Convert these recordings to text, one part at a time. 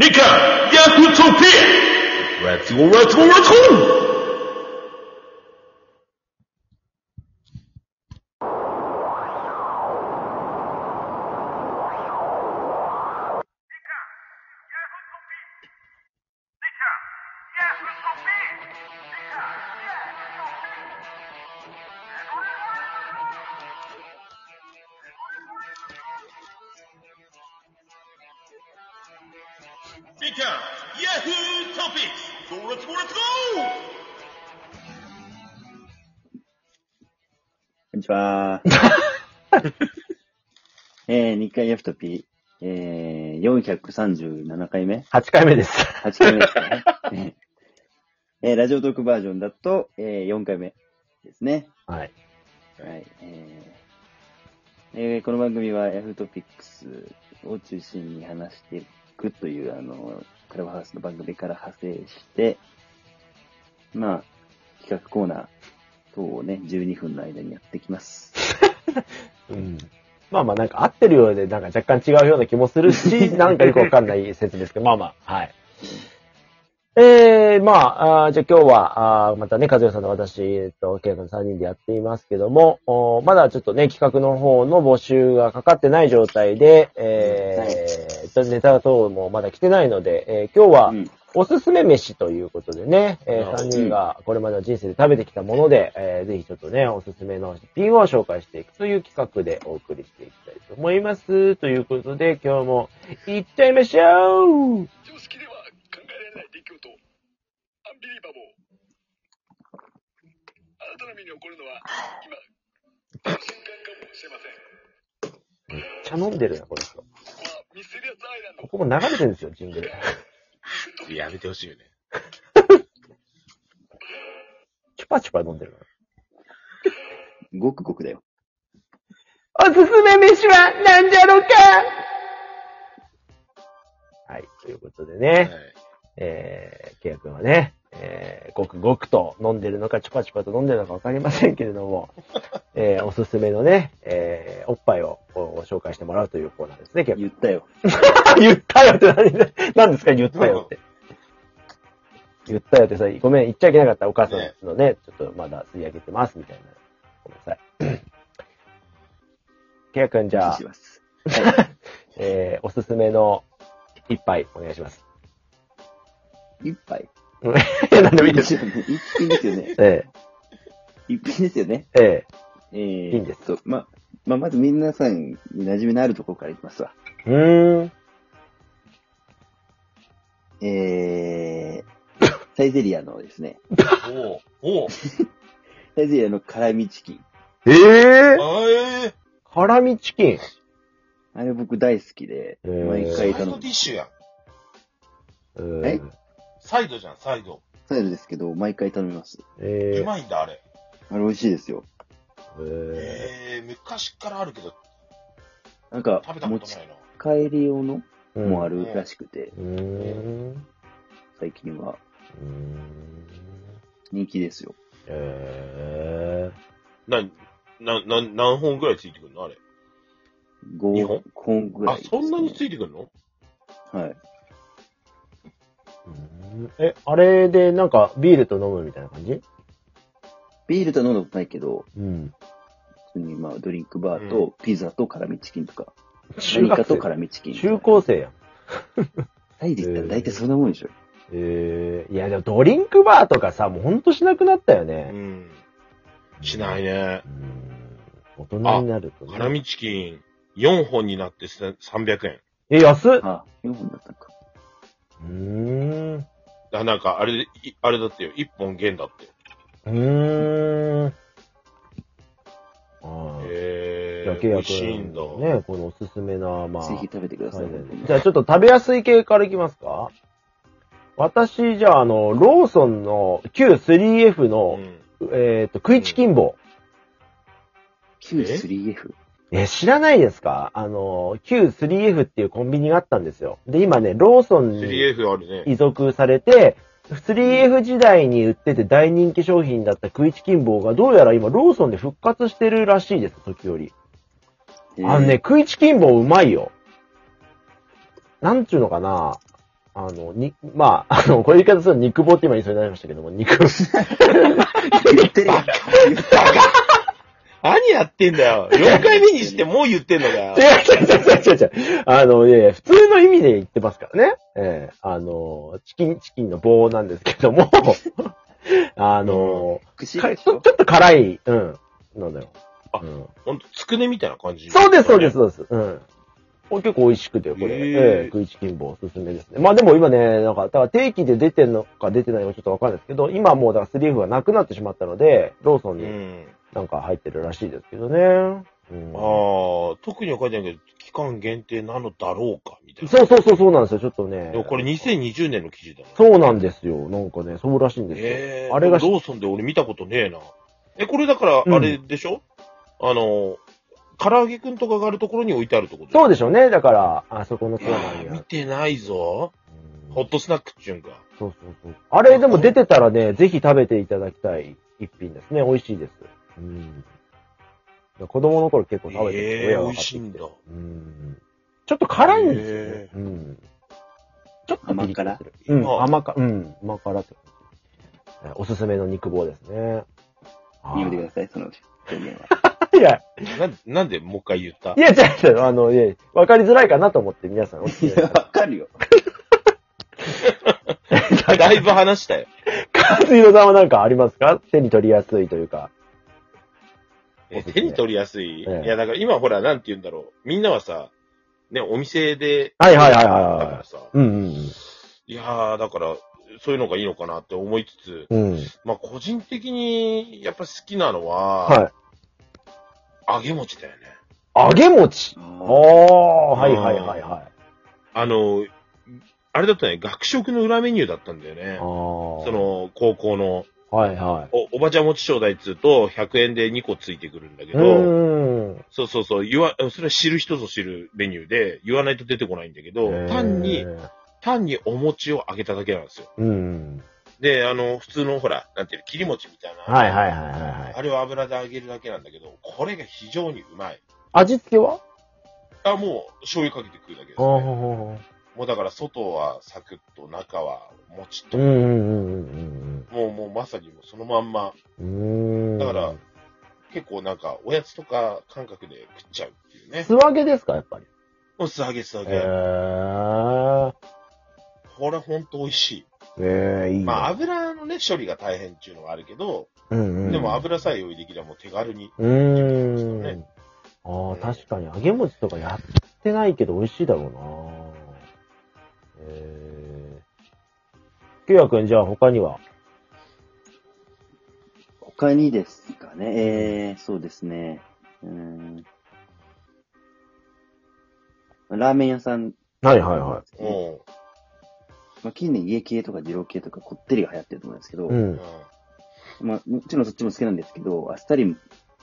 니카! 야쿠토피! 렛츠고 렛츠고 렛츠고!ニカヤフートピックゴーレッツゴーレッツゴーこんにち は。えー、日回 F と P、えー、437回目8回目です。 ?8 回目ですかね。えー、ラジオトークバージョンだと、えー、4回目ですね。はい。はい。えーえーこの番組は F トピックスを中心に話していくという、あの、クラブハウスの番組から派生して、まあ、企画コーナー等をね、12分の間にやってきます。うん。まあまあなんか合ってるようでなんか若干違うような気もす るし、なんかよくわかんない説ですけど、まあまあ、はい。えー、まあ、あーじゃあ今日は、あーまたね、和代さんと私、えっと、ケイさん3人でやっていますけども、おーまだちょっとね、企画の方の募集がかかってない状態で、えー、ネタ等もまだ来てないので、えー今日は、うんおすすめ飯ということでね、えなるほど3人がこれまでの人生で食べてきたもので、えーぜひちょっとね、おすすめの一品を紹介していくという企画でお送りしていきたいと思います。ということで、今日も行っちゃいましょう常識では考えられない出来事アンビリバボーあなたの身に起こるのは今この瞬間かもしれません茶飲んでるな、この人。ここはミステリアスアイランドここも流れてるんですよ、ジングル。 やめてほしいよね。チュパチュパ飲んでるな。ごくごくだよ。おすすめ飯は何じゃろうかはい、ということではねい、。えー、ケイ君はね、えー、ごくごくと飲んでるのか、チュパチュパと飲んでるのかわかりませんけれど も、えー、おすすめのね、えー、おっぱいをご紹介してもらうというコーナーですね、ケイ君。言ったよ。言ったよって何で、何ですか、言ったよって。言ったよってさ、ごめん、言っちゃいけなかった、お母さんのね、ちょっとまだ吸い上げてます、みたいな。ごめんなさい。ケイ君、じゃ無あ視し、ます。えー、おすすめの一杯、お願いします。一杯。いや、何でもいいでですす。よね。一品ですよね。え一品ですよね。え、ええー、いいんですそう。ま、まあ、まず皆さんに馴染みのあるところからいきますわ。え。うーん。えー、サイゼリアのですね、おおおサイゼリアの辛味チキン。ええあえ辛味チキン。あれ僕大好きで、へー毎サイ回頼ドむディ。ッシュやん。えサイドじゃん、サイド。サイドですけど、毎回頼みます。えうまいんだ、あれ。あれ美味しいですよ。ええー、昔からあるけど、なんか食べ、たこ持とちないな。帰り用のーもある。るらしくて、うーん。最近はうーん。人気ですよ。えな、な、な、何本ぐらいついてくるのあれ。日5本本ぐらいあで、すね、そんなについてくるのはい。ーうーんえ、あれでなんかビールと飲むみたいな感じビールとは飲んだことないけど、うん。普通にまあドリンクバーとピザと辛味チキンとか、中何か学と生。辛味チキン。中高生やん。タイで行ったら大体そんなもんでしょ。ええいやでもドリンクバーとかさ、もうほんとしなくなったようね。ん。しないね。うーん。大人になるとね。辛味チキン、4本になってさ300円。え、安っうあ、4本だったのか。ーん。うあ、なんか、あれ、いあれだってよ。1本減だって。ーん。ああ。えじゃあ、ー、契美約味しいんだ。ね、このおすすめな、まあ。ぜひ食べてください。じゃあ、ちょっと食べやすい系からいきますか私、じゃあ、あの、ローソンの旧 3F うの、ん。えっ、と、食いチキン棒。旧 3F。え、知らないですかあの、旧 3F っていうコンビニがあったんですよ。で、今ね、ローソンに 3F あるね。遺族されて、3F 時代に売ってて大人気商品だった食いチキン棒が、どうやら今、ローソンで復活してるらしいです、時折。あのね、食いチキン棒うまいよ。なんちゅうのかな。ああの、に、まあ、あ の、こういう言い方すると肉棒って今言いそうになりましたけども、肉、言ってるやん。言ったか。何やってんだよ。4回目にしてもう言ってんのか違う違う違うよ。違う違う。あの、いやいや、普通の意味で言ってますからね。ええあの、チキン、チキンの棒なんですけども、 あの、串かでちしょょちょっと辛い、うん、なんだよ。あうんほんと、つくねみたいな感じ。そうです、そうです、。そうです。うん。これ結構美味しくて、これ。へえーえ食いチキン棒おすすめですね。まあでも今ね、なんか、だから定期で出てんのか出てないのかちょっとわかんないですけど、今もうだからスリーフがなくなってしまったので、ローソンうにん。なんか入ってるらしいですけどね。うん、ああ、特には書いてないけど、期間限定なのだろうか、みたいな。そうそうそうそうなんですよ、ちょっとね。でもこれ2020年の記事だな。そうなんですよ。なんかね、そうらしいんですよ。ええあれがローソンで俺見たことねえな。え、これだから、うんあれでしょ、あの、唐揚げくんとかがあるところに置いてあるってことそうででしょうね。だから、あそこのコーナあーーには見てないぞ。うんホットスナックっちゅうんか。そうそうそう。あれでも出てたらね、ぜひ食べていただきたい一品ですね。美味しいです。うん。子供の頃結構食べててええ親が美買っ味てきしていんだ。うん。ちょっと辛いんですよねへ。うん。ちょっと甘辛ピリッとするうん、あ甘辛。うん、甘辛って感じ。おすすめの肉棒ですね。見めてくはださい、その表現は。いいや、な、なんでもう一回言ったいや、違う違う、あの、いや、わかりづらいかなと思って皆さんお聞いきになりや、 たい。わかるよ。 だいぶ話したよ。カズイロさんはなんかありますか手に取りやすいというか。え、手に取りやすい、ええいや、だから今ほら、なんて言うんだろう。みんなはさ、ね、お店で。はいはいはいはいはいだからさ。うんうんいやー、だから、そういうのがいいのかなって思いつつ、うん。うん。まあ個人的に、やっぱ好きなのは、は揚げ餅だよね。い。揚げ餅あおー、はいはいはいはい。あの、あれだったね、学食の裏メニューだったんだよねあ。ー。そ、の、高校の、はいはい。お、おばちゃん餅ちょうだいっつうと、100円で2個ついてくるんだけうど、ーん。そうそうそう、言わ、それは知る人ぞ知るメニューで、言わないと出てこないんだけどえ、ー単に、、単にお餅を揚げただけなんですよ。うん。で、あの、普通のほら、なんていうの、切り餅みたいな。はいはいはいはいはい。あれを油で揚げるだけなんだけど、これが非常にうまい。味付けはあ、もう、醤油かけて食うだけです、あーね。もうだから、外はサクッと、中はもちっうと。んうもんうんう、もうまさにもうそのまんま、うんうん。うーん。だから、結構なんか、おやつとか感覚で食っちゃうっていうね。素揚げですか、やっぱり。もう素揚げ素揚えげ。ー。これほんと美味しい。えー、いいね。まあ、油のね、処理が大変っていうのはあるけど、うんうんでも油さえ用意できればもう手軽に。うーんね。ああ、確かに揚げ餅とかやってないけど美味しいだろうな。えー。きゅうやくん、じゃあ他には他にですかね。えー、そうですね。うーん。ラーメン屋さん、はいはいはうん。まあ、近年家系とか二郎系とかこってりが流行ってると思うんですけど、う。うんん。まあ、もちろんそっちも好きなんですけど、あっさり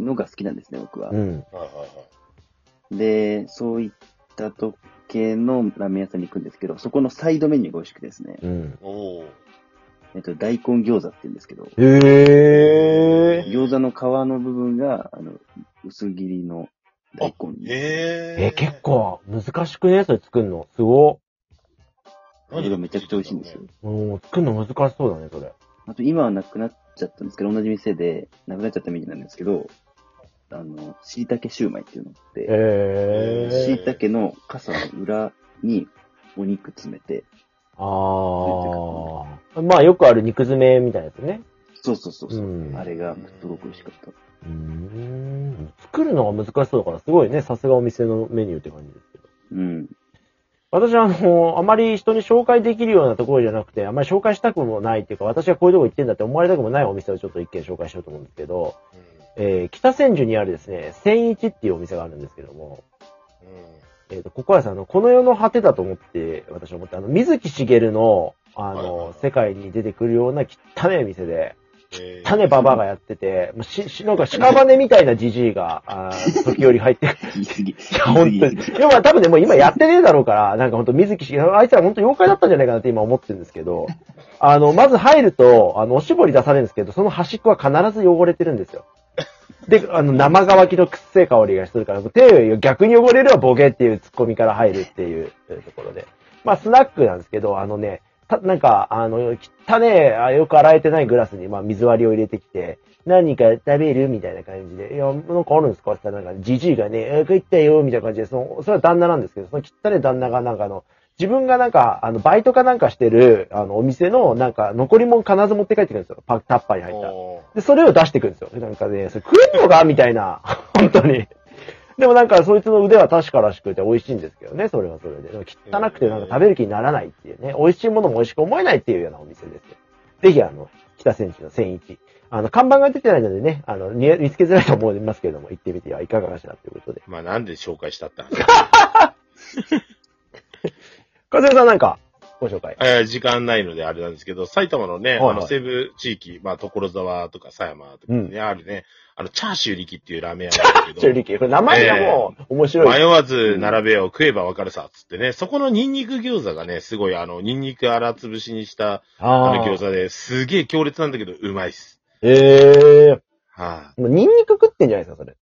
のが好きなんですね、僕はう。ん。はいはいはい。で、そういった時計のラーメン屋さんに行くんですけど、そこのサイドメニューが美味しくてですね、うん。おー。えっと、大根餃子って言うんですけど、えー。餃子の皮の部分が、あの、薄切りの大根に。へー。え、結構難しくねそれ作るの。すご。それがめちゃくちゃ美味しいんですよ。うん、作るの難しそうだね、それ。あと、今はなくなっちゃったんですけど、同じ店で、なくなっちゃったメニューなんですけど、あの、椎茸シューマイっていうのがあって、ええー。椎茸の傘の裏にお肉詰めて、ああ。まあ、よくある肉詰めみたいなやつね。そうそうそうそう、うんあれがすごく美味しかった。うーん作るのが難しそうだから、すごいね、さすがお店のメニューって感じですけど。うん。私はあの、あまり人に紹介できるようなところじゃなくて、あまり紹介したくもないっていうか、私がこういうとこ行ってんだって思われたくもないお店をちょっと一軒紹介しようと思うんですけど、えー、北千住にあるですね、千一っていうお店があるんですけども、うん。うんえっ、と、ここはですねあの、この世の果てだと思って、私は思って、あの、水木しげるの、あはいはいはのい、世界に出てくるような汚い店で、えー種ババアがやってて、もうし、し、なんか屍みたいなジジイが、あー時折入って言い過ぎ。いや、本当に。 いや、まあ多分ね、もう今やってねえだろうから、なんか本当水木しげる、あいつら本当妖怪だったんじゃないかなって今思ってるんですけど、あの、まず入ると、あの、おしぼり出されるんですけど、その端っこは必ず汚れてるんですよ。で、あの、生乾きのくっせえ香りがするから、手を逆に汚れるはボケっていうツッコミから入るっていうところで。まあ、スナックなんですけど、あのね、た、なんか、あの、汚ねあよく洗えてないグラスに、まあ、水割りを入れてきて、何か食べるみたいな感じで、いや、なんかあるんですかって言ったら、なんか、じじいがね、えー食いったよ、みたいな感じで、その、それは旦那なんですけど、その汚ね旦那が、なんかあの、自分がなんか、あの、バイトかなんかしてる、あの、お店の、なんか、残り物必ず持って帰ってくるんですよ。パタッパーに入った。おで、それを出してくるんですよ。なんかね、それ食えんのかみたい な。本当に。でもなんか、そいつの腕は確からしくて美味しいんですけどね、それはそれで。でも汚くてなんか食べる気にならないっていうね、美味しいものも美味しく思えないっていうようなお店です。ぜひ、あの、北千住の千一。あの、看板が出てないのでね、あの、見見つけづらいと思いますけれども、行ってみてはいかがかしらということで。ーまあなんで紹介したったんです 和江さんなんか、ご紹介。えー時間ないのであれなんですけど、埼玉のね、はいはいあの西部地域、まあ所沢とか狭山とかね、うあるね、あの、チャーシュー力っていうラーメン屋なんですけど、チューリキ。これ名前がもう、面白い。迷わず並べよう、食えばわかるさ、つってね、そこのニンニク餃子がね、すごいあの、ニンニク荒潰しにした、ああのー餃子ですげえ強烈なんだけど、うまいっす。えはえもうニンニク食ってんじゃないですか、それ。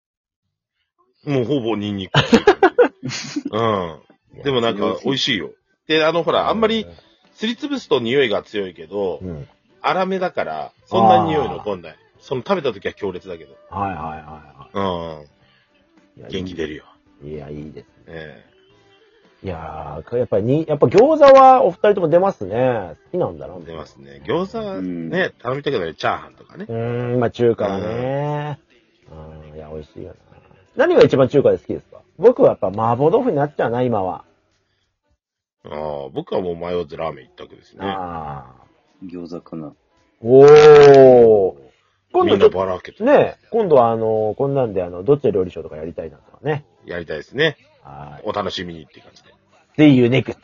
い、もうほぼニンニ ク。うん。でもなんか、美味しいよ。で、あの、ほら、あんまり、すりつぶすと匂いが強いけど、うん。粗めだから、そんなに匂い残んない。その食べた時は強烈だけど。はいはいはうん。いはい。元気出るよ。いや、いいですね。えいやー、やっぱに、やっぱ餃子はお二人とも出ますね。好きなんだな。え出ますね。餃子はうんね、頼みたくないチャーハンとかねう。ーん、まあ中華はね。うん、いや、美味しいよな。何が一番中華で好きですか僕はやっぱ麻婆豆腐になっちゃうな、今は。ああ僕はもう迷わずラーメン一択ですね。ああ。餃子かな。おー。今み度んちょなっと、ばらけてね、今度はあの、こんなんであの、どっちで料理しようとかやりたいなとかね。やりたいですね。はお楽しみにって感じで。い。See you next.